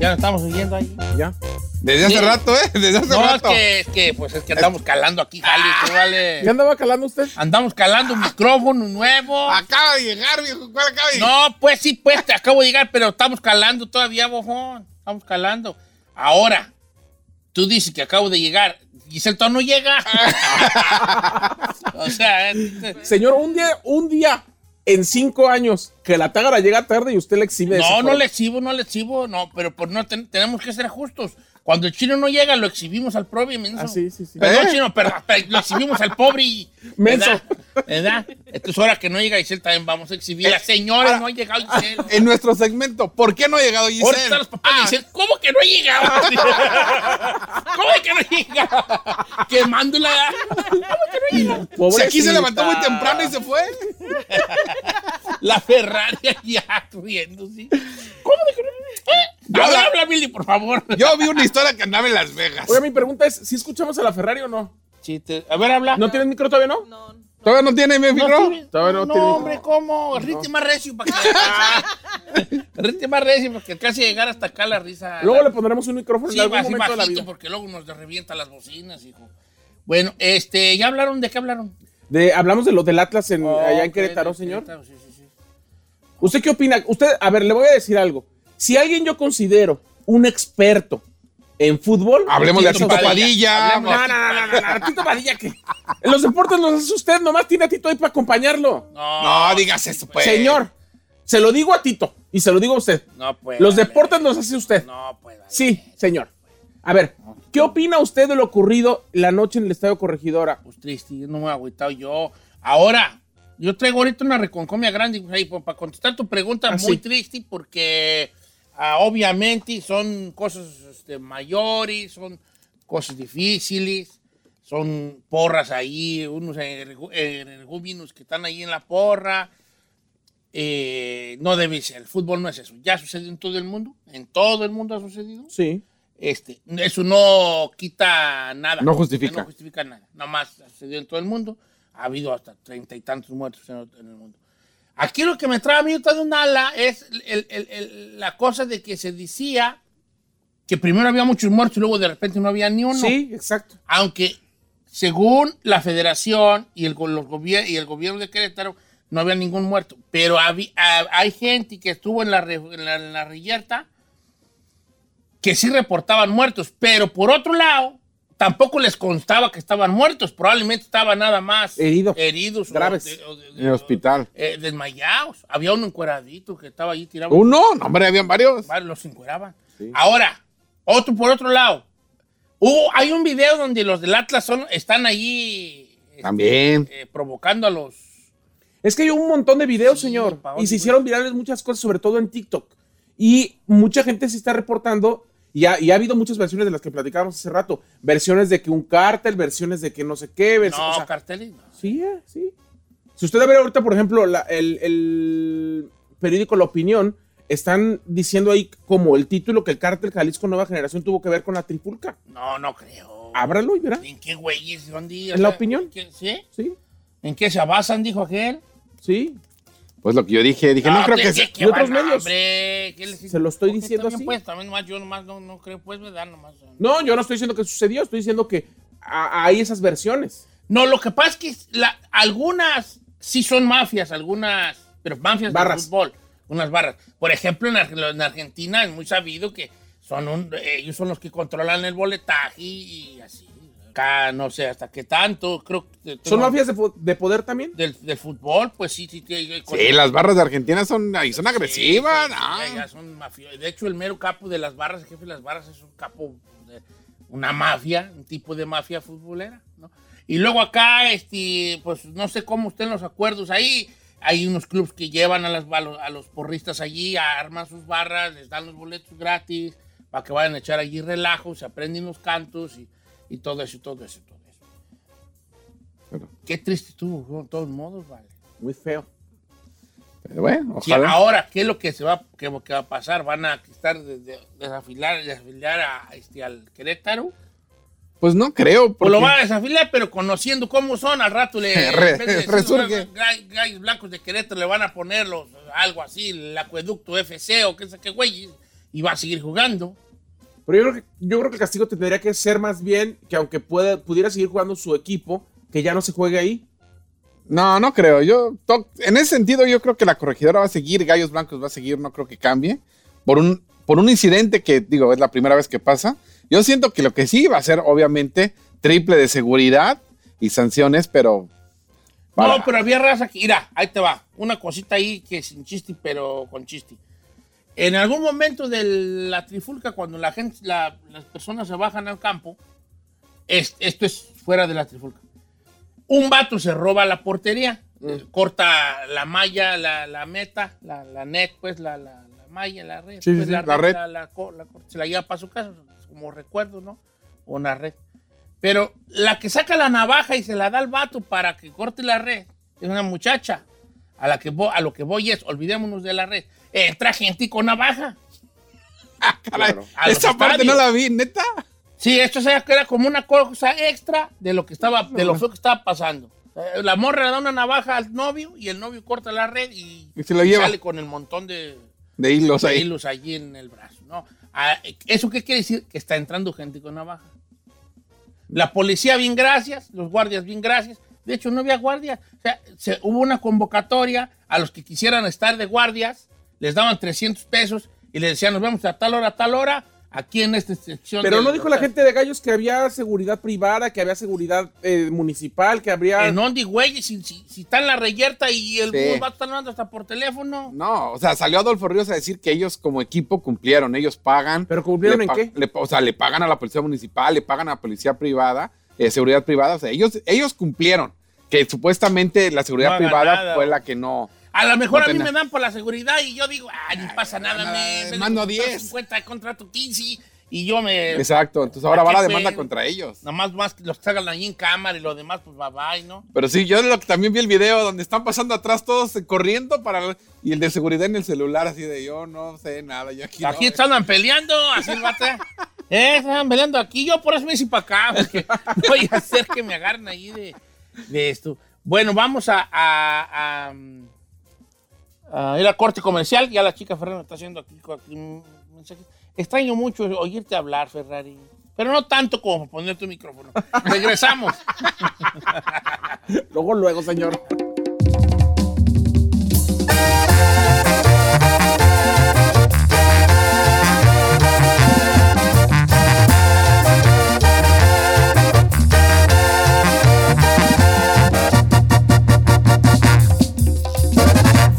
Ya nos estamos oyendo ahí. Ya. Desde hace Sí. rato, ¿eh? Desde hace No, es rato. Ah. que, es que, pues es que andamos calando aquí, Jali, tú, ¿Ya vale. andaba calando usted? Andamos calando un micrófono nuevo. Acaba de llegar, viejo. ¿Cuál acaba de llegar? No, pues sí, pues te acabo de llegar, pero estamos calando todavía, bojón. Estamos calando. Ahora, tú dices que acabo de llegar. Giselle todavía no llega. Ah. o sea, este- Señor, un día, un día en cinco años que la tágara llega tarde y usted le exhibe. de esa no, no forma. le exhibo, no le exhibo, no, pero por no ten- tenemos que ser justos. Cuando el chino no llega, lo exhibimos al pobre menso. Ah, sí, sí, sí. Perdón, ¿Eh? chino, pero, pero lo exhibimos al pobre Menso. ¿Verdad? ¿Verdad? Entonces, ahora que no llega Giselle, también vamos a exhibir. La señora no ha llegado Giselle. En nuestro segmento, ¿por qué no ha llegado Giselle? Ahora están los papás y dicen, ¿cómo que no he llegado? ¿Cómo que no he llegado? Quemándola. Si aquí Pobrecita. se levantó muy temprano y se fue. La Ferrari ya riendo, sí. ¿Cómo que no he llegado? Habla, habla, Billy, por favor. Yo vi una historia que andaba en Las Vegas. Oiga, mi pregunta es, ¿si escuchamos a la Ferrari o no? Chiste. A ver, habla. ¿No tienes micro todavía, no? No, no. ¿Todavía no tiene mi No, micro? sí, Todavía no no, tiene- hombre, ¿cómo? Rite más recio para que. Rite más recio porque casi llegar hasta acá la risa. Luego la- le pondremos un micrófono Sí, en algún así momento de la bajito, vida. porque luego nos revienta las bocinas, hijo. Bueno, este, ¿ya hablaron? ¿De qué hablaron? De- hablamos de lo del Atlas en, Mm, allá en Ok, Querétaro, de señor. Querétaro, sí, sí, sí. ¿Usted qué opina? Usted, a ver, le voy a decir algo. Si alguien yo considero un experto en fútbol, Hablemos de Tito Tito Padilla. Padilla. Hablemos de No, no, no, no, no, no, Tito Padilla que en los deportes los hace usted, nomás tiene a Tito ahí para acompañarlo. No, No digas eso, pues. Señor, se lo digo a Tito y se lo digo a usted. No puede. Los vale. deportes los hace usted. No puede. vale. Sí, señor. A ver, ¿qué opina usted de lo ocurrido la noche en el Estadio Corregidora? Pues triste, yo no me he agüitado yo. Ahora, yo traigo ahorita una reconcomia grande pues, ahí, pues, para contestar tu pregunta Ah, muy sí. triste porque ah, obviamente son cosas este, mayores, son cosas difíciles, son porras ahí, unos energú- energúmenos que están ahí en la porra. Eh, no debe ser, el fútbol no es eso. Ya sucedió en todo el mundo, en todo el mundo ha sucedido. Sí. Este, eso no quita nada. No justifica. No justifica nada. Nomás sucedió en todo el mundo. Ha habido hasta treinta y tantos muertos en, en el mundo. Aquí lo que me trae a mí otra de un ala es el- el- el- la cosa de que se decía que primero había muchos muertos y luego de repente no había ni uno. Sí, exacto. Aunque según la federación y el, go- los gobier- y el gobierno de Querétaro no había ningún muerto. Pero habi- ha- hay gente que estuvo en la, re- en la, en la reyerta que sí reportaban muertos, pero por otro lado, tampoco les constaba que estaban muertos, probablemente estaban nada más Heridos. heridos o Graves. de- o de- En el hospital. eh, desmayados. Había uno encueradito que estaba ahí tirado. Uno, no, hombre, habían varios. Vale, los encueraban. Ahora, otro por otro lado. hubo- hay un video donde los del Atlas son, están allí este, También. eh, provocando a los. Es que hay un montón de videos, Sí, señor. pa' Y dónde, se güey. hicieron virales muchas cosas, sobre todo en TikTok. Y mucha gente se está reportando. Y ha, y ha habido muchas versiones de las que platicábamos hace rato. Versiones de que un cártel, versiones de que no sé qué. vers- No, o sea, carteles. no. sí, eh, sí. Si usted ve ahorita, por ejemplo, la- el, el periódico La Opinión, están diciendo ahí como el título que el cártel Jalisco Nueva Generación tuvo que ver con la tripulca. No, no creo. Ábralo y verá. ¿En qué güeyes? ¿Dónde? O ¿En la sea, opinión? ¿en qué- ¿Sí? Sí, ¿En qué se basan? Dijo aquel. sí. Pues lo que yo dije, dije, no, creo que pues, sea. ¿qué- y qué otros van a- medios. hombre? ¿Qué les- Se lo estoy Ok, está diciendo bien, así. Pues, también nomás yo nomás no, no creo, pues, ¿verdad? Nomás. eh. No, yo no estoy diciendo que sucedió, estoy diciendo que a- hay esas versiones. No, lo que pasa es que la- algunas sí son mafias, algunas, pero mafias de Barras. fútbol, unas barras. Por ejemplo, en, Ar- en Argentina es muy sabido que son un- ellos son los que controlan el boletaje y, y así. Acá no sé hasta qué tanto, creo que... ¿Son tengo- mafias de, po- de poder también? Del, del fútbol, pues sí, sí. sí, Sí, las barras de Argentina son, ahí son agresivas. Sí, ah. ya- ya son mafiosos. De hecho, el mero capo de las barras, el jefe de las barras, es un capo de una mafia, un tipo de mafia futbolera, ¿no? Y luego acá, este, pues no sé cómo estén los acuerdos ahí. Hay unos clubes que llevan a, las, a los, a los porristas allí, arman sus barras, les dan los boletos gratis para que vayan a echar allí relajo, se aprenden los cantos y, y todo eso, y todo eso, y todo eso. Pero- Qué triste estuvo, de todos modos, vale. Muy feo. Pero bueno, Sí, ojalá. ahora, ¿qué es lo que se va, qué, qué va a pasar? ¿Van a estar de- de- desafilar, desafilar a, este, al Querétaro? Pues no creo. O Porque... lo van a desafilar, pero conociendo cómo son, al rato le... Re- en vez de decir, resurge. "Gal- Gallos blancos de Querétaro le van a poner los- algo así, el acueducto FC o qué sé qué güey. Y, y va a seguir jugando. Pero yo creo, que, yo creo que el castigo tendría que ser más bien que aunque pueda, pudiera seguir jugando su equipo, que ya no se juegue ahí. No, no creo. Yo to- en ese sentido yo creo que la corregidora va a seguir, Gallos Blancos va a seguir, no creo que cambie por un por un incidente que digo, es la primera vez que pasa. Yo siento que lo que sí va a ser obviamente triple de seguridad y sanciones, pero para- No, pero había raza que. Mira, ahí te va. Una cosita ahí que sin chiste, pero con chiste. En algún momento de la trifulca, cuando la gente, la- las personas se bajan al campo, es- esto es fuera de la trifulca. Un vato se roba la portería, Mm. eh, corta la malla, la, la meta, la, la net, pues la, la- la malla, la red, Sí, sí, pues, sí, la red. la- la co- la co- se la lleva para su casa, como recuerdo, ¿no? O una red. Pero la que saca la navaja y se la da al vato para que corte la red es una muchacha. A, la que vo- a lo que voy es, olvidémonos de la red. Eh, Entra gente con navaja. caray, claro. A los esa parte estadios. no la vi, neta. Sí, esto se- era como una cosa extra de lo que estaba, de lo feo que estaba pasando. Eh, La morra le da una navaja al novio y el novio corta la red y, Y se lo lleva. sale con el montón de, De hilos de ahí. hilos allí en el brazo. ¿no? Ah, ¿Eso qué quiere decir? Que está entrando gente con navaja. La policía, bien gracias, los guardias, bien gracias. De hecho, no había guardias. O sea, se- hubo una convocatoria a los que quisieran estar de guardias, les daban 300 pesos y les decían, nos vemos a tal hora, a tal hora, aquí en esta sección. Pero del no dijo la hotel". gente de Gallos que había seguridad privada, que había seguridad eh, municipal, que habría... En Ondi, güey, si, si, si está en la reyerta y el Sí. bus va a estar hablando hasta por teléfono. No, o sea, salió Adolfo Ríos a decir que ellos como equipo cumplieron, ellos pagan. ¿Pero cumplieron Le en pa- qué? le pa- o sea, le pagan a la policía municipal, le pagan a la policía privada, eh, seguridad privada, o sea, ellos, ellos cumplieron. Que supuestamente la seguridad No hagan privada nada, fue güey. la que no. A lo mejor No a mí tenía. me dan por la seguridad y yo digo, ah, ni pasa nada, nada, me, me mando contrato 10. 50, contrato 15 y yo me. Exacto, entonces ahora va ¿a la qué demanda fue? contra ellos. Nada más, más que los que salgan ahí en cámara y lo demás, pues bye bye, ¿no? Pero sí, yo lo que también vi el video donde están pasando atrás todos eh, corriendo para y el de seguridad en el celular así de yo no sé nada, yo aquí, aquí no, están peleando, así el vato. Eh, están peleando aquí, yo por eso me hice para acá, porque no voy a hacer que me agarren ahí de, de esto. Bueno, vamos a, a, a- a ir a corte comercial. Ya la chica Ferrari me está haciendo aquí, aquí un mensaje. Extraño mucho oírte hablar, Ferrari. Pero no tanto como para poner tu micrófono. Regresamos. Luego, luego, señor.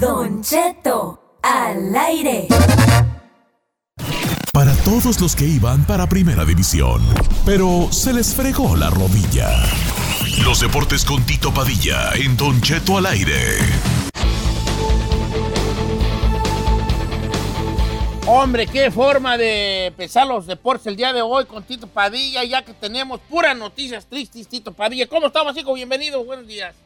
Don Cheto, al aire. para todos los que iban para Primera División. Pero se les fregó la rodilla. Los deportes con Tito Padilla en Don Cheto al aire. Hombre, qué forma de empezar los deportes el día de hoy con Tito Padilla, ya que tenemos puras noticias tristes, Tito Padilla. ¿Cómo estamos, chico? Bienvenido, buenos días.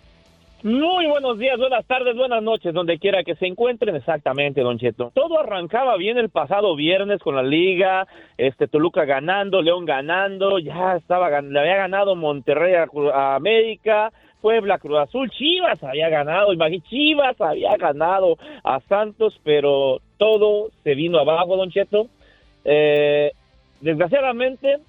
Muy buenos días, buenas tardes, buenas noches, donde quiera que se encuentren, exactamente, Don Cheto. Todo arrancaba bien el pasado viernes con la liga, este Toluca ganando, León ganando, ya estaba gan- le había ganado Monterrey a, Cru- a América, Puebla, Cruz Azul, Chivas había ganado, imagínate, Chivas había ganado a Santos, pero todo se vino abajo, Don Cheto. Eh, desgraciadamente,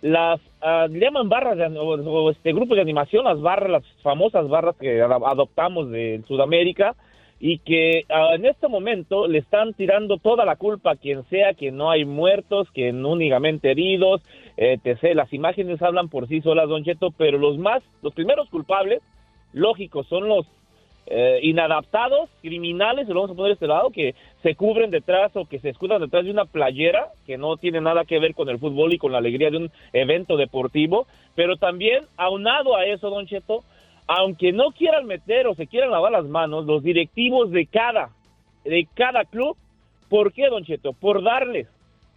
las ah, le llaman barras de an- o, o este grupo de animación las barras las famosas barras que ad- adoptamos de Sudamérica y que ah, en este momento le están tirando toda la culpa a quien sea que no hay muertos que no únicamente heridos etc las imágenes hablan por sí solas don cheto pero los más los primeros culpables lógicos son los eh, inadaptados, criminales, lo vamos a poner de este lado, que se cubren detrás o que se escudan detrás de una playera que no tiene nada que ver con el fútbol y con la alegría de un evento deportivo, pero también aunado a eso, don Cheto, aunque no quieran meter o se quieran lavar las manos, los directivos de cada, de cada club, ¿por qué, don Cheto? Por darles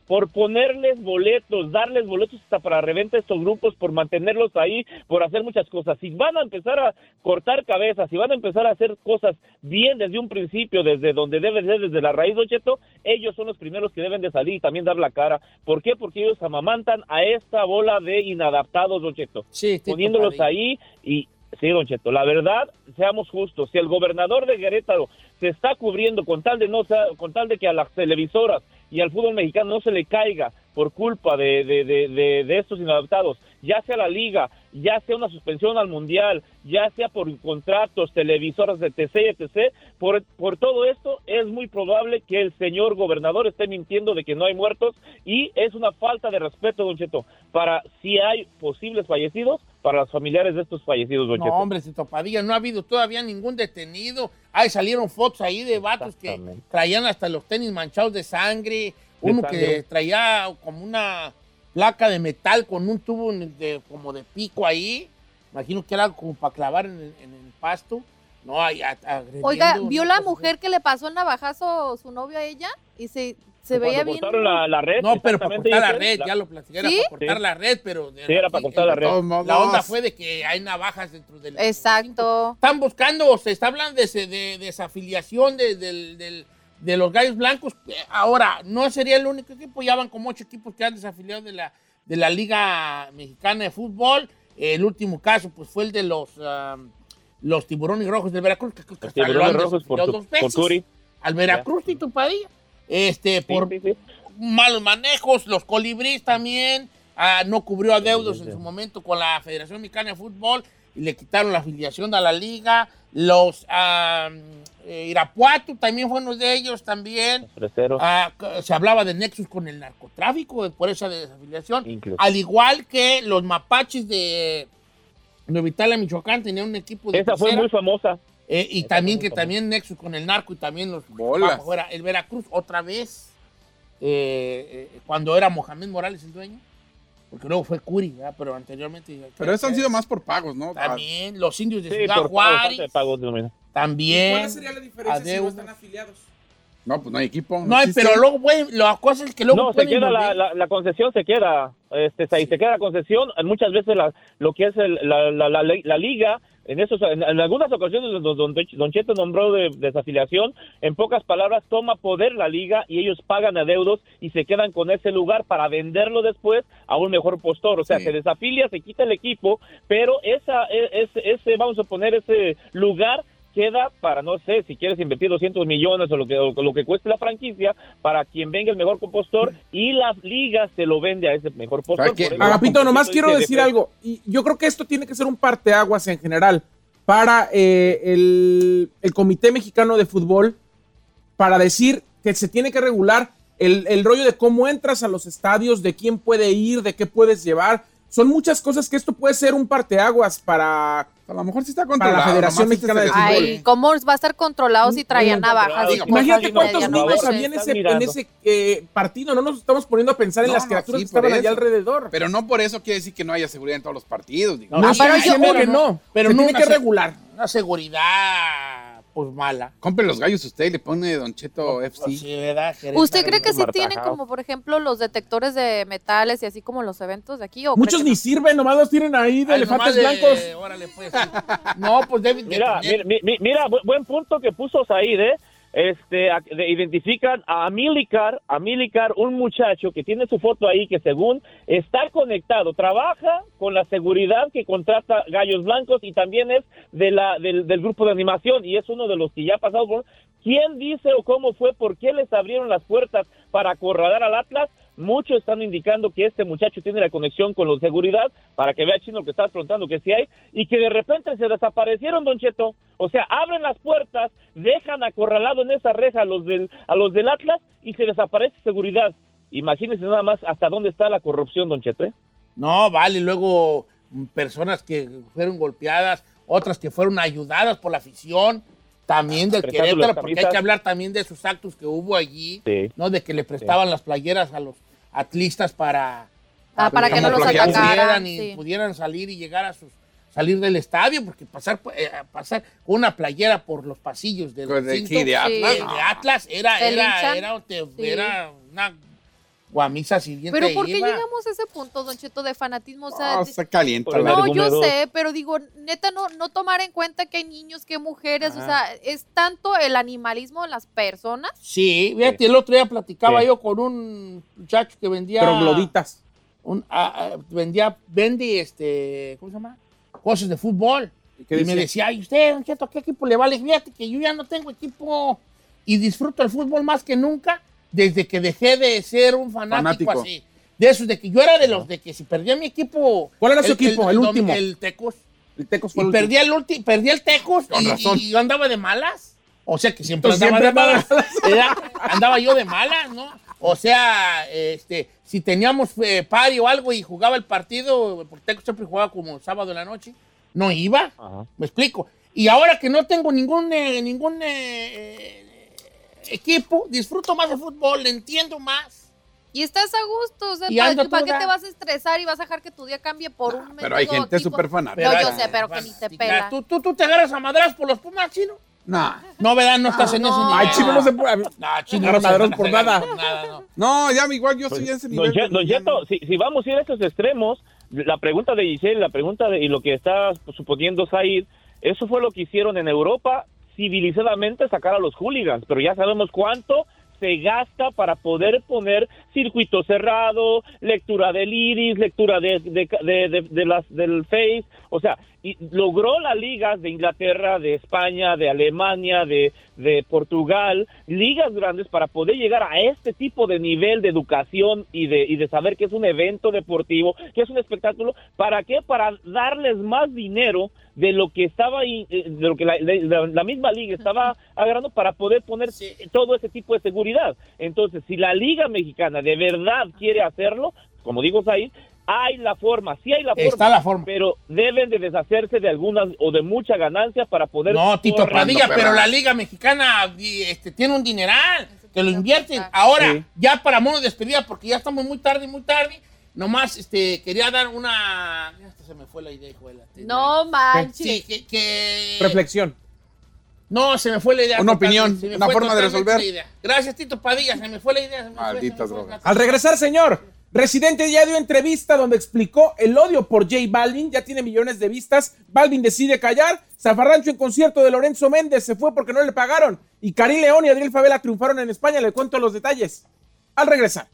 por ponerles boletos, darles boletos hasta para reventa a estos grupos, por mantenerlos ahí, por hacer muchas cosas. Si van a empezar a cortar cabezas, si van a empezar a hacer cosas bien desde un principio, desde donde debe ser, desde la raíz, Don Cheto, ellos son los primeros que deben de salir y también dar la cara. ¿Por qué? Porque ellos amamantan a esta bola de inadaptados, Don Cheto Sí, poniéndolos ahí y sí, don Cheto, la verdad, seamos justos, si el gobernador de Querétaro se está cubriendo con tal de no sa- con tal de que a las televisoras y al fútbol mexicano no se le caiga por culpa de, de, de, de, de estos inadaptados, ya sea la liga, ya sea una suspensión al mundial, ya sea por contratos, televisoras, etc., etc., E por, por todo esto es muy probable que el señor gobernador esté mintiendo de que no hay muertos y es una falta de respeto, Don Cheto, para si hay posibles fallecidos, para los familiares de estos fallecidos, Don No, Cheto. hombre, sin topadilla, no ha habido todavía ningún detenido. Ahí salieron fotos ahí de vatos que Exactamente. traían hasta los tenis manchados de sangre. Uno que sangre. traía como una placa de metal con un tubo en el de- como de pico ahí. Imagino que era algo como para clavar en el, en el pasto. No, ahí a- agrediendo, Oiga, ¿no? ¿vio la Cosas mujer que le pasó el navajazo su novio a ella? Y se, se Cuando veía bien. cortaron la, la red. así. No, pero para exactamente, cortar la dicen, red, la- ya lo platiqué, era ¿Sí? para cortar Sí. la red, pero... Sí, era para cortar la red. Todos modos. La onda fue de que hay navajas dentro del... Exacto. están buscando o se está hablando de, ese- de- de desafiliación de, del- del- de los gallos blancos. Ahora, no sería el único equipo, ya van como ocho equipos que han desafiliado de la, de la Liga Mexicana de Fútbol. El último caso pues fue el de los, ah, los tiburones rojos del Veracruz, que creo que los hasta lo tiburones han rojos por, desafiliado tu- dos veces. por Turi. Al Veracruz, Tito Padilla. Este, por Sí, sí, sí. malos manejos, los colibríes también, ah, no cubrió adeudos en su momento con la Federación Mexicana de Fútbol y le quitaron la afiliación a la liga, los ah, eh, Irapuato también fue uno de ellos también, Tercero. Ah, c- se hablaba de nexus con el narcotráfico eh, por esa desafiliación, Incluso. al igual que los mapaches de Nueva Italia, Michoacán, tenían un equipo de Esa fue tercera. muy famosa. Eh, y Esa también me que gusta también Nexus con el narco y también los Bolas. vamos afuera. el Veracruz otra vez eh, eh, cuando era Mohamed Morales el dueño porque luego fue Curi ¿verdad? pero anteriormente Pero esos han sido más por pagos, ¿no? también los indios de Sí, Ciudad por pago, falta de Juárez pagos de nómina. también ¿Cuál sería la diferencia si no adeudos. están afiliados? No, pues no hay equipo. no hay- existe. pero luego güey, la cosa es que luego No, se pueden queda la, volver. la, la concesión, se queda. Este, ahí se queda la concesión. Muchas veces la, lo que es el- la, la, la, la liga, en, esos, en, en algunas ocasiones don, don, Don Cheto nombró de desafiliación, en pocas palabras, toma poder la liga y ellos pagan adeudos y se quedan con ese lugar para venderlo después a un mejor postor. O sea, Sí. se desafilia, se quita el equipo, pero esa, e- ese, ese, vamos a poner ese lugar queda para, no sé, si quieres invertir 200 millones o lo que, o lo que cueste la franquicia, para quien venga el mejor compostor y la liga se lo vende a ese mejor postor. ¿Sabes qué? Por eso, Agapito, Don nomás Cheto quiero dice, decir de- algo. Y yo creo que esto tiene que ser un parteaguas en general para eh, el, el Comité Mexicano de Fútbol para decir que se tiene que regular el, el rollo de cómo entras a los estadios, de quién puede ir, de qué puedes llevar. Son muchas cosas que esto puede ser un parteaguas para... A lo mejor sí está la controlado. Federación nomás este Mexicana de se- Fútbol. Ay, ¿cómo va a estar controlado si traía navajas? Diga, y Imagínate cosas de cuántos allá? no, niños sé. no, había en estás ese, en mirando. ese, eh, partido. No nos estamos poniendo a pensar en No, las no, criaturas sí, que estaban por allá eso. alrededor. Pero no por eso quiere decir que no haya seguridad en todos los partidos. digo. No, No, pero pero hay diciendo ahora que no. no. Pero Pero no tiene una que se- regular. una seguridad pues mala Pues, Compre los gallos usted y le pone Don Cheto FC. Sí, ¿verdad? Querétaro. ¿Usted cree que sí Marta tienen House. como, por ejemplo, los detectores de metales y así como los eventos de aquí? ¿o cree Muchos que ni sirven, nomás los tienen ahí de Ay, nomás elefantes de- blancos. órale, pues, sí. no pues David Mira, mira, mi- mi- mira, bu- buen punto que puso Said, ¿eh? Este, a- de- identifican a Amílicar, Amílicar, un muchacho que tiene su foto ahí que según está conectado, trabaja con la seguridad que contrata Gallos Blancos y también es de la, del, del grupo de animación y es uno de los que ya ha pasado por... ¿Quién dice o cómo fue? ¿Por qué les abrieron las puertas para acorralar al Atlas? Muchos están indicando que este muchacho tiene la conexión con los seguridad, para que vea chino lo que estás preguntando que sí hay, y que de repente se desaparecieron, Don Cheto. O sea, abren las puertas, dejan acorralado en esa reja a los del, a los del Atlas y se desaparece seguridad. Imagínense nada más hasta dónde está la corrupción, Don Cheto. ¿eh? No, vale, luego mm, personas que fueron golpeadas, otras que fueron ayudadas por la afición, también del Prestando Querétaro, las porque hay camisas. que hablar también de esos actos que hubo allí, Sí. ¿no? De que le prestaban las playeras a los atlistas para, Ah, para que no los pudieran atacaran, y sí. pudieran salir y llegar a sus salir del estadio, porque pasar eh, pasar con una playera por los pasillos del Pues de recinto, aquí, de Atlas. eh, de Atlas era, Te era, linchan. era, te- Sí. era una guamisa sirviente Pero ¿por qué iba. llegamos a ese punto, Don Cheto, de fanatismo? O sea, Ah, de- está caliente. Por el la- no, Argumento. yo sé, pero digo, neta, no, no tomar en cuenta que hay niños, que hay mujeres, Ah. o sea, es tanto el animalismo de las personas. Sí, fíjate, el otro día platicaba Sí. yo con un muchacho que vendía. Trogloditas. un- ah, ah, vendía, vende este, ¿cómo se llama? Cosas de fútbol. qué y decía? me decía, ay, usted, don Cheto, ¿a qué equipo le vale? Fíjate que yo ya no tengo equipo y disfruto el fútbol más que nunca desde que dejé de ser un fanático, Fanático. así. De esos, de que yo era de los de que si perdía mi equipo. ¿Cuál era su equipo? El domi- último. El Tecos. El Tecos Y fue el último. perdí el, ulti- perdí el Tecos Con y, razón. y yo andaba de malas. O sea que siempre Tú andaba siempre de malas. andabas. ¿verdad? Andaba yo de malas, ¿no? O sea, este, si teníamos eh, party o algo y jugaba el partido, porque Tecos siempre jugaba como sábado en la noche, no iba. Ajá. ¿Me explico? Y ahora que no tengo ningún, eh, ningún eh, equipo, disfruto más el fútbol, le entiendo más. Y estás a gusto, o sea, Y ¿para, ando para qué toda- te vas a estresar y vas a dejar que tu día cambie por un Pero hay mendigo gente equipo? súper fanática. No, hay- yo sé, pero que ni te pela. ¿Tú, tú, tú te agarras a madras por los Pumas, chino? Nah. No, ¿verdad? No estás en ese nivel. Ay, chico, no se puede. a mí- No, chino, Agarras no madrazos se por agarra nada. por nada, no. No, ya igual yo soy ese Don, nivel. pues, Che- Don ya no. Cheto, si, si vamos a ir a esos extremos, la pregunta de Giselle, la pregunta de, y lo que está suponiendo Said, eso fue lo que hicieron en Europa, civilizadamente sacar a los hooligans, pero ya sabemos cuánto se gasta para poder poner circuito cerrado, lectura del iris, lectura de, de- de- de- de las, del face, o sea, y logró las ligas de Inglaterra, de España, de Alemania, de, de Portugal, ligas grandes para poder llegar a este tipo de nivel de educación y de, y de saber que es un evento deportivo, que es un espectáculo, ¿para qué? Para darles más dinero de lo que estaba ahí, eh, de lo que la, la- la- la misma liga estaba agarrando para poder poner Sí. todo ese tipo de seguridad. Entonces, si la liga mexicana de verdad quiere hacerlo, como digo Said, hay la forma, sí hay la forma Está la forma. pero deben de deshacerse de algunas o de mucha ganancia para poder... No, Tito correr. Padilla, perra. pero la Liga Mexicana di- este, tiene un dineral que lo invierten. Exacto. Ahora, Sí. ya para mono despedida, porque ya estamos muy tarde, muy tarde. Nomás este, quería dar una. Ya hasta se me fue la idea, hijo de la tienda. No manches. Sí, que. que- Reflexión. No, se me fue la idea. Una totalmente, opinión, se me una fue forma de totalmente resolver. la idea. Gracias, Tito Padilla, se me fue la idea. se me fue, se me Maldita fue. droga. Al regresar, señor, Residente ya dio entrevista donde explicó el odio por J Balvin, ya tiene millones de vistas, Balvin decide callar, Zafarrancho en concierto de Lorenzo Méndez se fue porque no le pagaron y Karim León y Adriel Favela triunfaron en España, le cuento los detalles. Al regresar.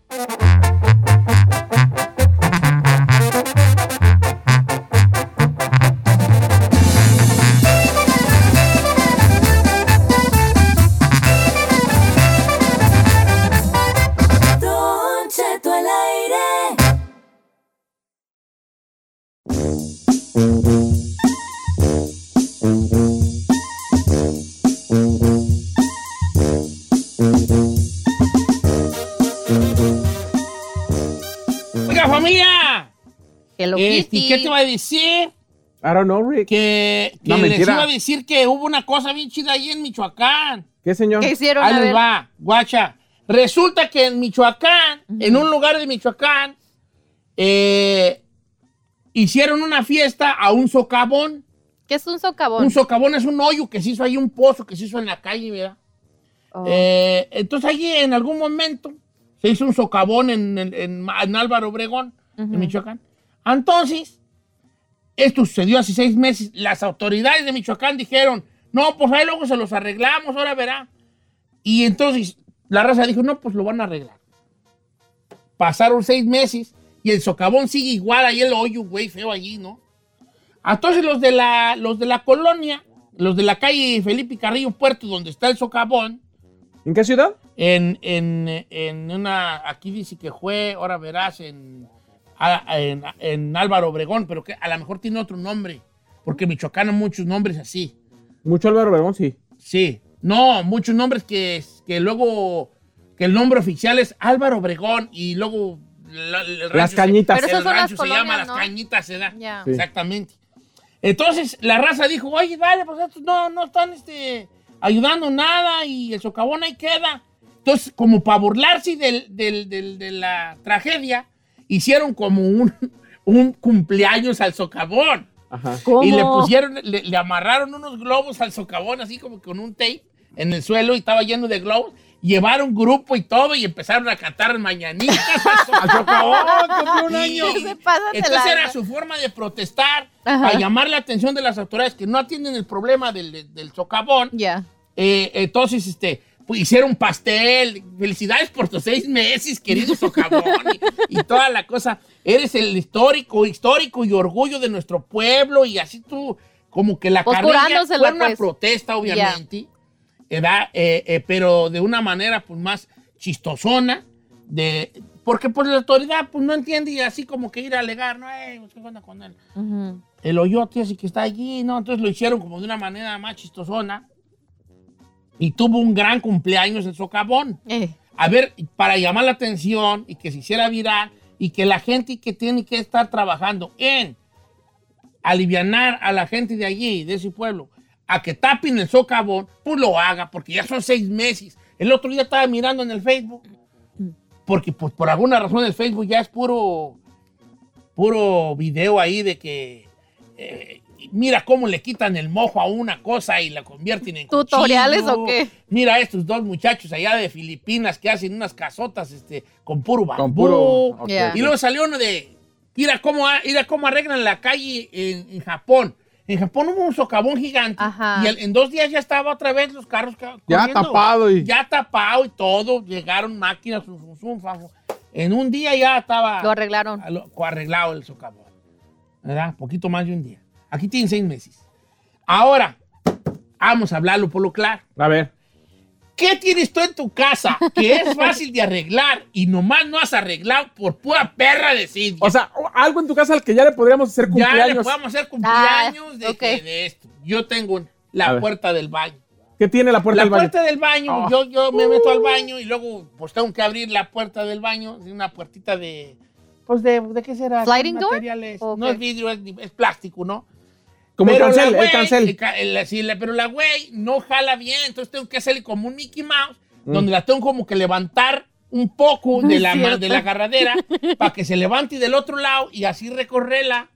Don Cheto al aire. Oiga, familia. Que lo este, quiti. ¿Qué te va a decir? I don't know, Rick. Que, que No, les mentira. iba a decir que hubo una cosa bien chida ahí en Michoacán. ¿Qué, señor? ¿Qué hicieron? Ahí A les ver. va, guacha. Resulta que en Michoacán, en un lugar de Michoacán, eh, hicieron una fiesta a un socavón. ¿Qué es un socavón? Un socavón es un hoyo que se hizo ahí, un pozo que se hizo en la calle, ¿verdad? Oh. Eh, entonces allí en algún momento se hizo un socavón en, en- en- en Álvaro Obregón, en Michoacán. Entonces, esto sucedió hace seis meses. Las autoridades de Michoacán dijeron, no, pues ahí luego se los arreglamos, ahora verá. Y entonces la raza dijo, no, pues lo van a arreglar. Pasaron seis meses y el socavón sigue igual, ahí el hoyo, güey, feo allí, ¿no? Entonces los de la, los de la colonia, los de la calle Felipe Carrillo Puerto, donde está el socavón, ¿En qué ciudad? en, en, en una, aquí dice que fue, ahora verás, en, a- en, en Álvaro Obregón, pero que a lo mejor tiene otro nombre, porque en Michoacán hay muchos nombres así, Mucho Álvaro Obregón, sí. sí. No, muchos nombres que, que luego, que el nombre oficial es Álvaro Obregón y luego... la- el rancho se- cañitas. Pero esas el son las rancho se colonias, llama Las ¿no? Cañitas, se da. Ya. Sí. Exactamente. Entonces la raza dijo, oye, vale, pues estos no, no están este, ayudando nada y el socavón ahí queda. Entonces, como para burlarse del, del- del- de la tragedia, hicieron como un, un cumpleaños al socavón. Ajá. ¿Cómo? Y le pusieron, le, le amarraron unos globos al socavón, así como con un tape en el suelo y estaba lleno de globos. Llevaron grupo y todo y empezaron a cantar mañanitas al socavón. cumplió un año. Se pasan de Entonces lanza. era su forma de protestar, Ajá. a llamar la atención de las autoridades que no atienden el problema del, del socavón. Ya. Eh, entonces, este, pues, hicieron pastel. Felicidades por tus seis meses, querido socavón. y, y toda la cosa. Eres el histórico, histórico y orgullo de nuestro pueblo. Y así tú, como que la Pues, carrilla fue curándosela, una pues. protesta, obviamente. ¿verdad? Eh, eh, pero de una manera, pues, más chistosona, de, porque pues la autoridad pues, no entiende y así como que ir a alegar, no, eh, pues, ¿qué onda con él? Ujú. el hoyote así que está allí, ¿no? Entonces lo hicieron como de una manera más chistosona. Y tuvo un gran cumpleaños el socavón. Eh, A ver, para llamar la atención y que se hiciera viral y que la gente que tiene que estar trabajando en alivianar a la gente de allí, de ese pueblo, a que tapen el socavón, pues lo haga, porque ya son seis meses. El otro día estaba mirando en el Facebook, porque pues por alguna razón el Facebook ya es puro, puro video ahí de que eh, mira cómo le quitan el mojo a una cosa y la convierten en ¿Tutoriales cuchillo. o qué? Mira a estos dos muchachos allá de Filipinas que hacen unas casotas este, con puro bambú. Con puro. ok. Ya. Y luego salió uno de, mira cómo, a- mira cómo arreglan la calle en, en Japón. En Japón hubo un socavón gigante Ajá. y el- en dos días ya estaba otra vez los carros ca- Ya corriendo. tapado y- Ya tapado y todo. Llegaron máquinas, zum, zum, zum, fa, fa. En un día ya estaba lo arreglaron. a lo- arreglado el socavón. ¿Verdad? Poquito más de un día. Aquí tienen seis meses. Ahora, vamos a hablarlo por lo claro. A ver. ¿Qué tienes tú en tu casa que es fácil de arreglar y nomás no has arreglado por pura perra de Cintia? O sea, o- algo en tu casa al que ya le podríamos hacer ya le cumpleaños. podemos hacer cumpleaños Ah, de, ok. de esto. Yo tengo una, A la ver. puerta del baño. ¿Qué tiene la puerta la del baño? puerta del baño, Ah. yo, yo me meto al baño y luego pues tengo que abrir la puerta del baño, es una puertita de... Pues de, ¿de qué será? ¿Qué ¿Sliding door? material es? ¿O No qué? es vidrio, es, es plástico, ¿no? Como el Pero la cancel, el güey- cancel. el ca- el- sí, la- pero la güey no jala bien, entonces tengo que hacerle como un Mickey Mouse, Mm. donde la tengo como que levantar un poco de Es la, ma- cierto. de la agarradera para que se levante y del otro lado y así recorrerla.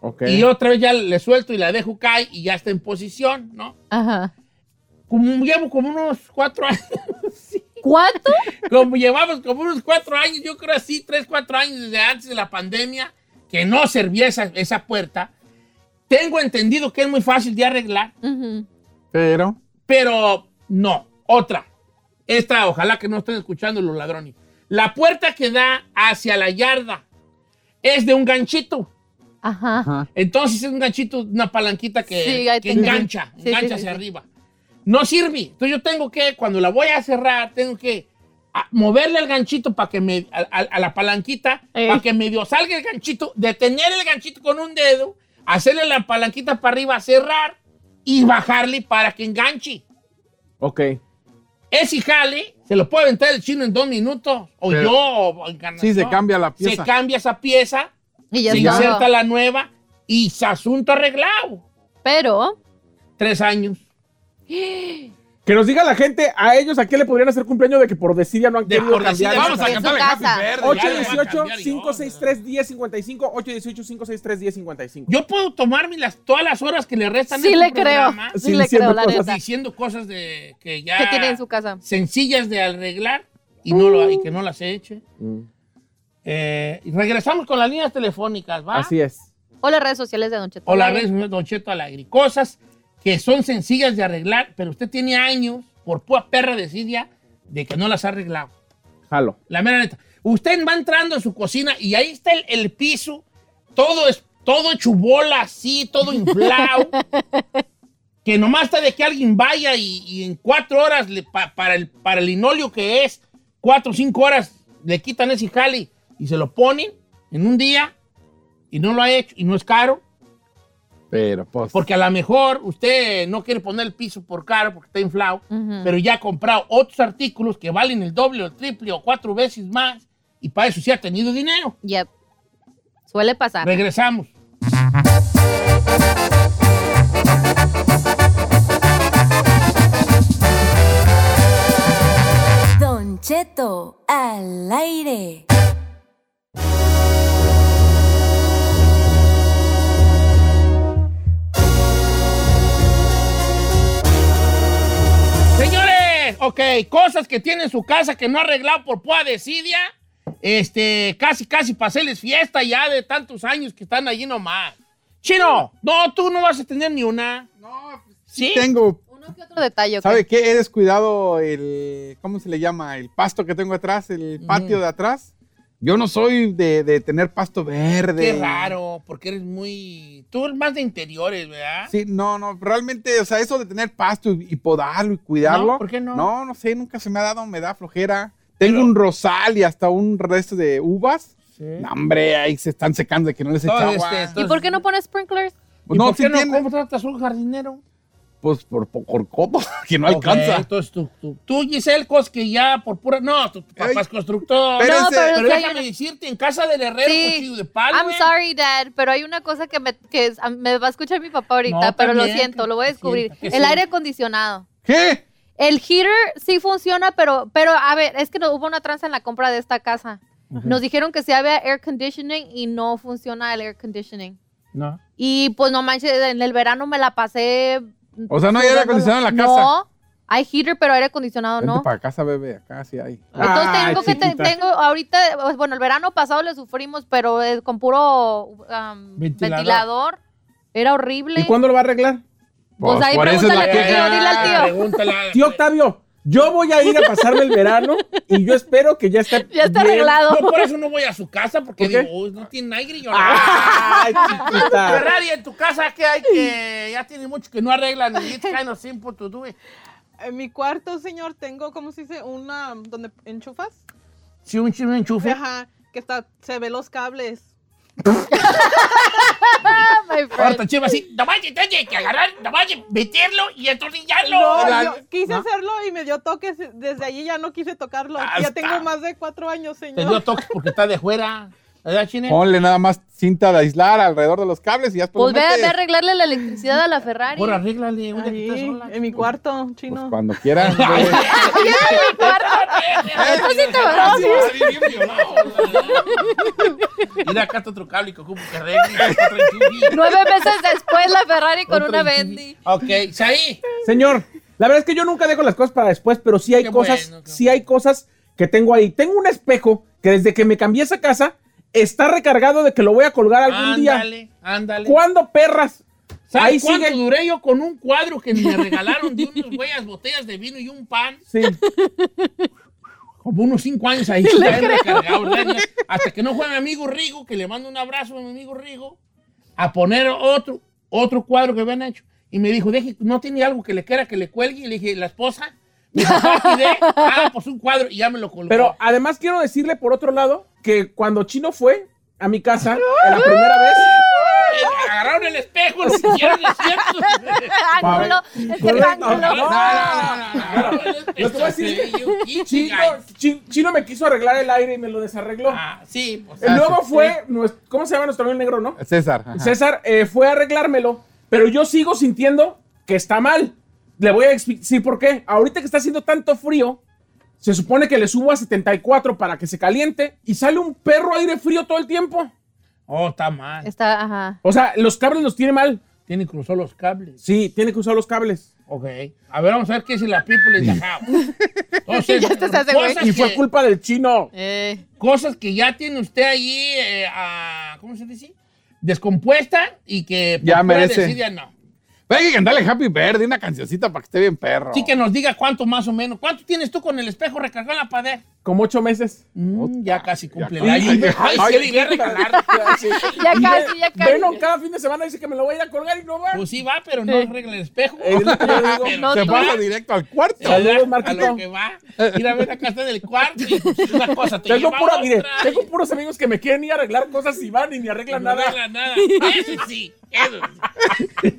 Ok. Y otra vez ya le suelto y la dejo caer y ya está en posición, ¿no? Ajá. Como llevo como unos cuatro años, ¿Cuánto? como llevamos como unos cuatro años, yo creo así, tres, cuatro años desde antes de la pandemia, que no servía esa, esa puerta. Tengo entendido que es muy fácil de arreglar. Ujú. Pero. Pero no, otra. Esta, ojalá que no estén escuchando los ladrones. La puerta que da hacia la yarda es de un ganchito. Ajá. Entonces es un ganchito, una palanquita que, Sí, ahí que tengo. engancha, Sí, sí, engancha sí, hacia sí. arriba. No sirve. Entonces yo tengo que, cuando la voy a cerrar, tengo que ah, moverle el ganchito para que me, a, a- a la palanquita, Ey. para que medio salga el ganchito, detener el ganchito con un dedo, hacerle la palanquita para arriba, cerrar y bajarle para que enganche. Ok. Ese jale se lo puede aventar el chino en dos minutos. O Pero- yo, o Encarnación. Sí, se cambia la pieza. Se cambia esa pieza, Y ya se estaba. inserta la nueva y se asunto arreglado. Pero, Tres años. Que nos diga la gente, a ellos, ¿a qué le podrían hacer cumpleaños de que por decir ya no han De querido por decir, cambiar? vamos esa- a cantarle Happy Birthday. Ya le voy a cambiar yo. 818-563-1055, 818-563-1055. Yo puedo tomarme las, todas las horas que le restan sí en este le creo. Sí, Sí, le creo, diciendo la cosas neta. diciendo cosas de que ya Que tiene en su casa. sencillas de arreglar y, no lo, y que no las he hecho. Mm. Eh, y regresamos con las líneas telefónicas, ¿va? Así es. O las redes sociales de Don Cheto. O la al aire. red Don Cheto al aire. Cosas que son sencillas de arreglar, pero usted tiene años, por pura perra desidia, de que no las ha arreglado. Jalo. La mera neta. Usted va entrando a su cocina y ahí está el, el piso, todo es todo hecho bola así, todo inflado. que nomás está de que alguien vaya y, y en cuatro horas, le- pa- para, el, para el linoleo que es, cuatro o cinco horas le quitan ese jale y se lo ponen en un día y no lo ha hecho y no es caro. Pero, pues. Porque a lo mejor usted no quiere poner el piso por caro porque está inflado, pero ya ha comprado otros artículos que valen el doble o el triple o cuatro veces más y para eso sí ha tenido dinero. Yep. Suele pasar. Regresamos. Don Cheto al aire. Señores, ok, cosas que tiene en su casa que no ha arreglado por pua desidia. Este, casi, casi paseles fiesta ya de tantos años que están allí nomás. Chino, no, tú no vas a tener ni una. No, pues, Sí. tengo. Uno que otro detalle. ¿ok? ¿Sabe qué? He descuidado el. ¿Cómo se le llama? El pasto que tengo atrás, el patio de atrás. Yo no soy de, de tener pasto verde. Qué raro, porque eres muy. Tú eres más de interiores, ¿verdad? Sí, no, no, realmente, o sea, eso de tener pasto y, y podarlo y cuidarlo. No, ¿por qué no? No, no sé, nunca se me ha dado, me da flojera. Tengo un rosal y hasta un resto de uvas. No, hombre, ahí se están secando de que no les echa Todo agua. este- ¿Y entonces- por qué no pones sprinklers? ¿Y Pues no, por qué sí no tiene- contratas un jardinero? Pues por, por, por copo, que no Ok, alcanza. entonces tú, tú, tú, Giselle, cos que ya por pura. No, tu, tu papá Ey, es constructor. espérense. No, pero pero es que hay déjame una- decirte, en casa del herrero, Sí. cuchillo de palo. I'm eh. sorry, Dad, pero hay una cosa que me, que es- a- me va a escuchar mi papá ahorita, No, pero también, lo siento, que- lo voy a que descubrir. sienta, que El sienta. aire acondicionado. ¿Qué? El heater sí funciona, pero, pero a ver, es que no, hubo una tranza en la compra de esta casa. Nos dijeron que sí había air conditioning y no funciona el air conditioning. No. Y pues no manches, en el verano me la pasé. O sea, no hay aire acondicionado en la casa. No, hay heater, pero aire acondicionado Vente no. Ah, pues para casa, bebé, acá sí hay. Ah, Entonces Ay, tengo que te- chiquita. tengo ahorita, pues, bueno, el verano pasado le sufrimos, pero eh, con puro um, ventilador. Era horrible. ¿Y cuándo lo va a arreglar? Pues, Pues, ahí por eso es pregúntale la al tío, queja. dile al tío. Pregúntale al Tío Octavio, yo voy a ir a pasarme el verano y yo espero que ya esté. Ya está bien. arreglado. No, por eso no voy a su casa, porque ¿Por qué? digo, "Uy, no tiene aire. Yo Ah. Ay, La chiquita. radio en tu casa que hay que ya tiene mucho que no arreglan y it's kind of simple to do it. En mi cuarto, señor, tengo, ¿cómo se dice? Una um, donde enchufas. Si un chisme enchufe. Ajá, que está, se ve los cables. Ah, my friend. Ahora te chiva así, nomás que tiene que agarrar, nomás que meterlo y entornillarlo. No, La- yo quise ¿no? hacerlo y me dio toques. Desde allí ya no quise tocarlo. Ah, ya está. tengo más de cuatro años, Te dio señor. toques porque está de fuera. ¿Verdad, Chine? Ponle nada más cinta de aislar alrededor de los cables y ya después Pues lo ve, ve a metes. arreglarle la electricidad a la Ferrari. Por arréglale una que está Ahí, sola. en mi cuarto, Pues chino. cuando quieras. bebé. Eso sí te va a Ah, Sí, va a salir bien violado, ¿verdad? Mira, acá está otro cable que ocupo que arregle. otro enchufe. Nueve meses después la Ferrari con Otro una enchufe. Bendy. Ok, Saí. Señor, la verdad es que yo nunca dejo las cosas para después, pero sí hay Qué cosas, bueno, qué sí hay cosas que tengo ahí. Tengo un espejo que desde que me cambié a esa casa está recargado de que lo voy a colgar algún día. Ándale, ándale. ¿Cuándo, perras? Ahí ¿Sabes cuánto sigue. duré yo con un cuadro que me regalaron de unos güeyas botellas de vino y un pan? Sí. Como unos cinco años ahí. ahí recargado, ¿verdad? Hasta que no fue mi amigo Rigo, que le mando un abrazo a mi amigo Rigo, a poner otro, otro cuadro que habían hecho. Y me dijo, deje, ¿no tiene algo que le quiera que le cuelgue? Y le dije, ¿la esposa? Me dijo, "Aparte de, ah, pues un cuadro. Y ya me lo colgó. Pero además quiero decirle por otro lado que cuando Chino fue a mi casa la primera vez, Eh, agarraron el espejo, lo pusieron de cierto. Ángulo, el No, rectángulo. no, no, no, no, no. Este, Yo te voy a decir- Y Chino, chinga. Chi- Chino me quiso arreglar el aire y me lo desarregló. Ah, sí, pues. Y Luego fue, nuestro- ¿cómo se llama nuestro amigo el negro, no? César. ajá. César eh, fue a arreglármelo, pero yo sigo sintiendo que está mal. Le voy a expli- decir por qué. Ahorita que está haciendo tanto frío, se supone que le subo a 74 para que se caliente y sale un perro aire frío todo el tiempo. Oh, está mal. Está, ajá. O sea, los cables los tiene mal. Tiene cruzó los cables. Sí, tiene que usar los cables. Ok. A ver, vamos a ver qué es la people in the house. Entonces, Ya está, se hace, güey. cosas, Y que, fue culpa del chino. Eh, cosas que ya tiene usted allí, eh, ah, ¿cómo se dice? Descompuesta y que por Ya pura merece. desidia no. Pero Hay que cantarle Happy Birthday, una cancioncita para que esté bien perro. Así que nos diga cuánto más o menos. ¿Cuánto tienes tú con el espejo recargado en la pared? Como ocho meses. Mm, ya casi cumple el casi. año. Ay, Ay, ay, sí, le iré a regalar. Sí. Ya Y casi, ve- ya casi. Venom cada fin de semana dice que me lo voy a ir a colgar y no va. Pues sí va, pero no arregla el espejo. Es lo que yo digo. Pero No, Se tú. pasa directo al cuarto. Te Saludos, da Marquito. A lo que va. Mira, ven acá está en el cuarto. Y pues, una cosa te Tengo, lleva pura- a mire, otra. tengo puros amigos que me quieren ir a arreglar cosas y van y ni No arreglan nada. arregla nada. Eso sí, eso sí.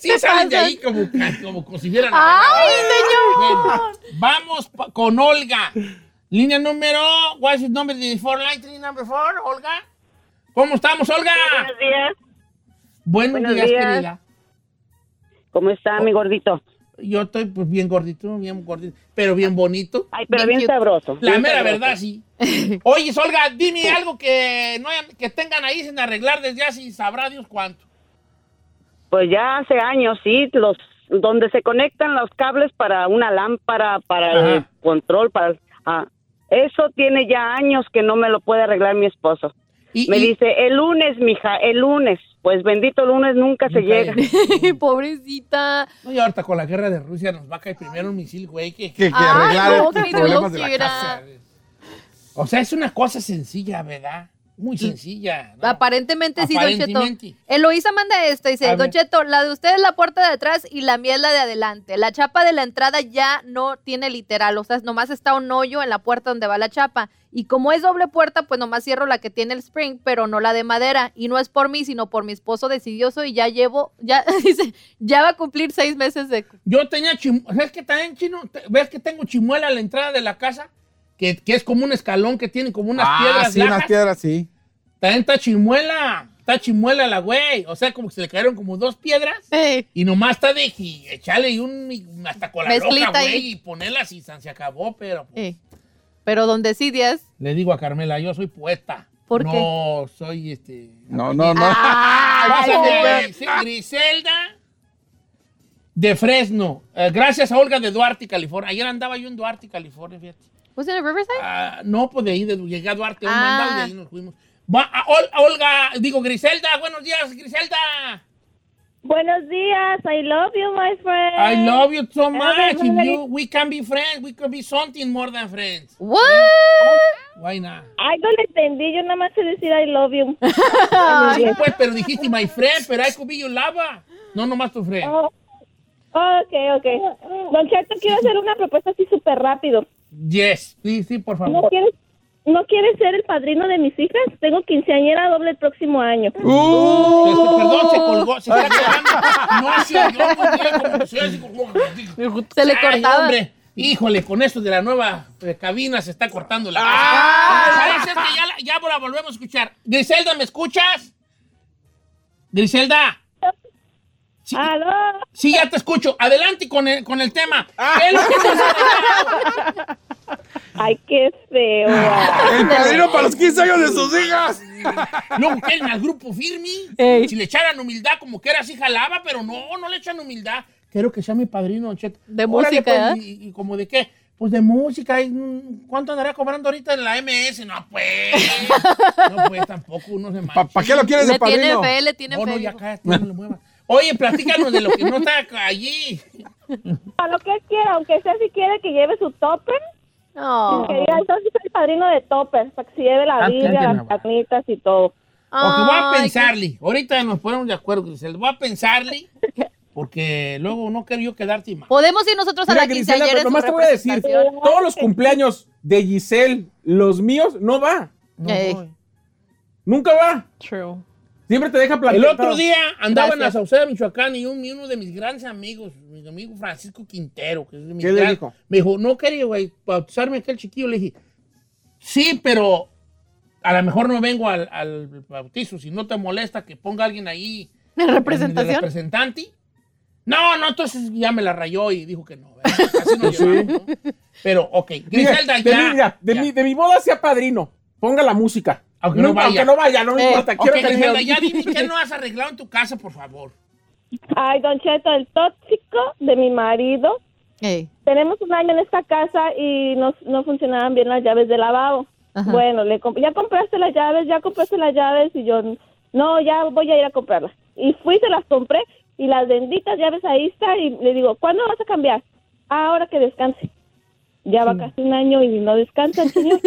Sí salen de ahí como, ca- como, como si vieran. ¡Ay, señor! vamos pa- con Olga. Línea número, what is number the four line, three number four, Olga. ¿Cómo estamos, Olga? Buenos días. Buenos, buenos días, días. querida. ¿Cómo está mi gordito? Yo estoy pues bien gordito, bien gordito, pero bien bonito. Ay, pero Bien bien, cute. sabroso. La bien mera sabroso. verdad, sí. Oye, Olga, dime algo que, no hayan- que tengan ahí sin arreglar desde hace y sabrá Dios cuánto. Pues ya hace años, sí, los donde se conectan los cables para una lámpara, para el Ajá. control, para... ah, eso tiene ya años que no me lo puede arreglar mi esposo. Y, Me y- dice, el lunes, mija, el lunes. Pues bendito lunes nunca se Nunca llega. Pobrecita. No, y ahorita con la guerra de Rusia nos va a caer primero un misil, güey. Que, Que, que Ay, arreglar no, los qué problemas de la grosera. casa. O sea, es una cosa sencilla, ¿verdad? Muy sencilla. ¿no? Aparentemente sí, Don Cheto. Aparentemente. Eloísa manda esta, A dice, ver. Don Cheto, la de usted es la puerta de atrás y la mía es la de adelante. La chapa de la entrada ya no tiene literal, o sea, nomás está un hoyo en la puerta donde va la chapa. Y como es doble puerta, pues nomás cierro la que tiene el spring, pero no la de madera. Y no es por mí, sino por mi esposo decidioso y ya llevo, ya, dice, ya va a cumplir seis meses de... Yo tenía chimuela, ¿sabes que también chino? Te- ¿Ves que tengo chimuela a la entrada de la casa? Que, que es como un escalón que tiene como unas ah, piedras sí, lajas. unas piedras, sí. También está chimuela, está chimuela la güey. O sea, como que se le cayeron como dos piedras y nomás está de que echarle un y hasta con la Mezclita loca, ahí. güey, y ponerlas y san- se acabó, pero pues, Eh, Pero donde sí, Díaz. le digo a Carmela, yo soy poeta. ¿Por no qué? soy este. No, no, no. Ah. Pásame, Gris- Griselda de Fresno. Eh, gracias a Olga de Duarte, California. Ayer andaba yo en Duarte, California, fíjate. ¿Was it a Riverside? Ah, no, pues de ahí, de, llegué a Duarte, un Ah. mandado y de ahí nos fuimos. Va, a Ol- a Olga, digo Griselda, buenos días, Griselda. Buenos días, I love you, my I friend. love you so much. Everybody- If you, we can be friends, we can be something more than friends. What? Why not? Ay, no le entendí, yo nada más sé decir I love you. Ah. Sí, pues, pero dijiste my friend, pero I could be your lover. No, nomás tu friend. Oh, ok, ok. Don Cheto, quiero hacer una propuesta así súper rápido. Yes, sí, sí, por ¿No favor. quieres, ¿No quieres ser el padrino de mis hijas? Tengo quinceañera doble el próximo año. Uh, Este, perdón, se colgó, se está colgando. No se oyó muy bien, como que se oye así como- Se le Ay, cortaba. hombre. Híjole, con esto de la nueva eh, cabina se está cortando la cosa. Parece que ya, la- ya la volvemos a escuchar. Griselda, ¿me escuchas? Griselda. Sí, Ah, ¡Aló! sí, ya te escucho. Adelante con el, con el tema. ¿Qué es lo que nos ha dejado? ¡Ay, qué feo! El padrino para los 15 años de sus hijas. Luego que al grupo firme. Si le echaran humildad, como que era así jalaba, pero no, no le echan humildad. Quiero que sea mi padrino, Don Cheto. De Órale, música, ¿eh? pues, y, y como de qué? Pues de música. y, mm, ¿Cuánto andará cobrando ahorita en la MS? No, pues. No, pues tampoco uno se ¿Para mancha. qué lo quieres de Le tiene padrino? fe, le tiene No, fe. no, ya dijo. cállate, no le muevas. Oye, platícanos de lo que no está allí. A lo que él quiera, aunque sea si quiere que lleve su topper, Oh. que diga, entonces soy el padrino de topper, para que se lleve la Ah, Biblia, cállate, las Nava. carnitas y todo. O que voy a Ay, pensarle. Ahorita nos ponemos de acuerdo, Grisel. Voy a pensarle. Porque luego no quiero yo quedarte mal. Podemos ir nosotros a Mira, la Griselda, quinceañera pero en su nomás te voy a decir, representación. todos los cumpleaños de Giselle, los míos, no va. No Ey. voy. Ah, Nunca va. True. Siempre te deja El plantado. otro día andaba en la Gracias. Sauceda, Michoacán, y, un- y uno de mis grandes amigos, mi amigo Francisco Quintero, que es de mi ¿Qué le gran- dijo? Me dijo, no quería, güey, bautizarme aquel chiquillo. Le dije, sí, pero a lo mejor no vengo al, al bautizo. Si no te molesta que ponga alguien ahí ¿En de representación? representante. No, no, entonces ya me la rayó y dijo que no. ¿verdad? Así nos llevamos, ¿no? Pero, ok, Mira, Griselda, de, ya. mi, mira, de, ya. mi, de mi boda sea padrino. Ponga la música. Aunque no vaya. Aunque no vaya, no me Eh, importa. Ok, Quiero que me Griselda, ya oiga. dime qué no has arreglado en tu casa, por favor. Ay, Don Cheto, el tóxico de mi marido. Ey. Tenemos un año en esta casa y no, no funcionaban bien las llaves de lavabo. Ajá. Bueno, le comp- ya compraste las llaves, ya compraste las llaves y yo, no, ya voy a ir a comprarlas. Y fui, se las compré y las benditas llaves ahí está y le digo, ¿cuándo vas a cambiar? "Ah, Ahora que descanse. Ya va casi un año y no descansa el señor.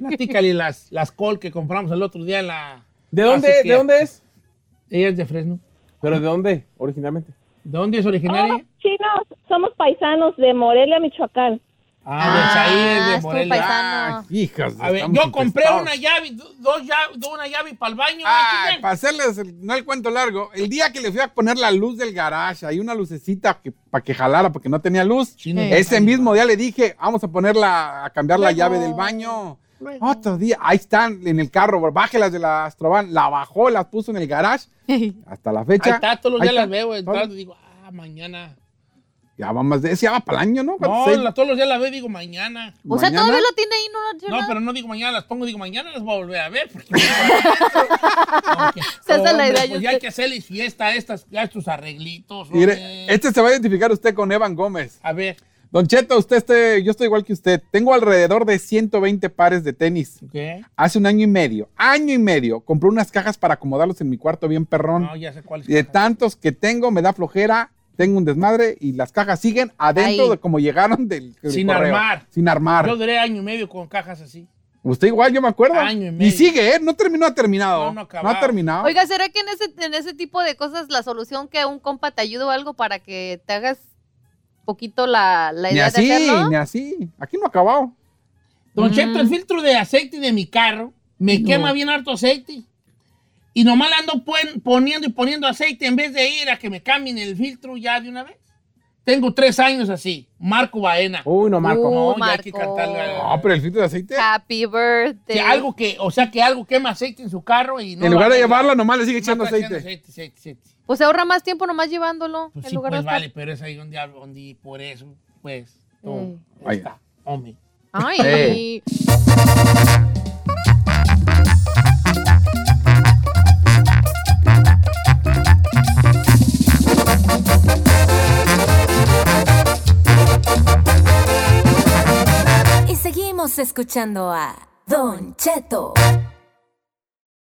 Platícale las, las col que compramos el otro día en la. ¿De dónde, Así que- ¿De dónde es? Ella es de Fresno. ¿Pero de dónde originalmente? ¿De dónde es originaria? "Oh, chinos, somos paisanos de Morelia, Michoacán. Ah, de Ah, ahí, de es tu Pues Morelia. paisano. Hijas, A ver, yo compré una llave, do- dos llaves, una llave para el baño. ¿eh, Ay, Ah, para hacerles el- no el cuento largo, el día que le fui a poner la luz del garage, hay una lucecita que, para que jalara porque no tenía luz. Chino? Ese mismo día le dije, vamos a ponerla, a cambiar la llave del baño. Otro día, ahí están en el carro, bro, bájelas de la Astrovan, la bajó, las puso en el garage. Hasta la Ahí fecha. está, todos los ahí días está. las veo entrando Todo- y digo, ah, mañana. Ya va más de ese, ya va para el año, ¿no? No, Seis- la- todos los días las veo y digo, mañana. O sea, mañana. todavía lo tiene ahí, no lo No, llena? pero no digo mañana las pongo, digo mañana las voy a volver a ver. Porque... Se hace la Hombre, idea, yo Pues ya sé. hay que hacerles fiesta a, estas, a estos arreglitos. Mire, hombre. este se va a identificar usted con Evan Gómez. A ver, Don Cheto, usted esté, yo estoy igual que usted. Tengo alrededor de 120 pares de tenis. ¿qué? Hace un año y medio, año y medio, compré unas cajas para acomodarlos en mi cuarto bien perrón. No, ya sé cuál es. Y de tantos que tengo, me da flojera tengo un desmadre y las cajas siguen adentro Ahí. de como llegaron del, del Sin correo. armar. Sin armar. Yo duré año y medio con cajas así. Usted igual, yo me acuerdo. Año y y, medio. sigue, ¿eh? No terminó, ha terminado. No, no No, acabado. ha terminado. Oiga, ¿será que en ese, en ese tipo de cosas la solución que un compa te ayude o algo para que te hagas poquito la, la ni idea así, de hacerlo? ni así. Aquí no ha acabado. Don Mm. Cheto, el filtro de aceite de mi carro me quema bien harto aceite. Y nomás le ando pon- poniendo y poniendo aceite en vez de ir a que me cambien el filtro ya de una vez. Tengo tres años así. Marco Baena. Uy, no, Marco. Uh. no, ya hay que Marco. cantarle. a- Oh, No, pero el filtro de aceite. Happy birthday. que algo que, o sea, que algo quema aceite en su carro y no. en lo lugar de arregla. llevarla, nomás le sigue Nomás echando está aceite. aceite, aceite, aceite. Pues ahorra más tiempo nomás llevándolo. Pues en sí, lugar pues de vale, pero es ahí donde hablo, donde por eso, pues, Mm. todo Ay. está, hombre. estar- Ay, Eh. Y seguimos escuchando a Don Cheto.